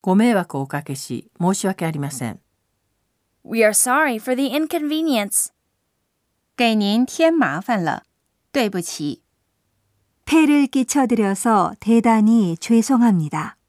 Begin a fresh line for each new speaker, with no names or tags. ご迷惑をおかけし、申し訳ありません。
We are sorry for the inconvenience.
给您添麻烦了，对不起。
폐를 끼쳐드려서 대단히 죄송합니다.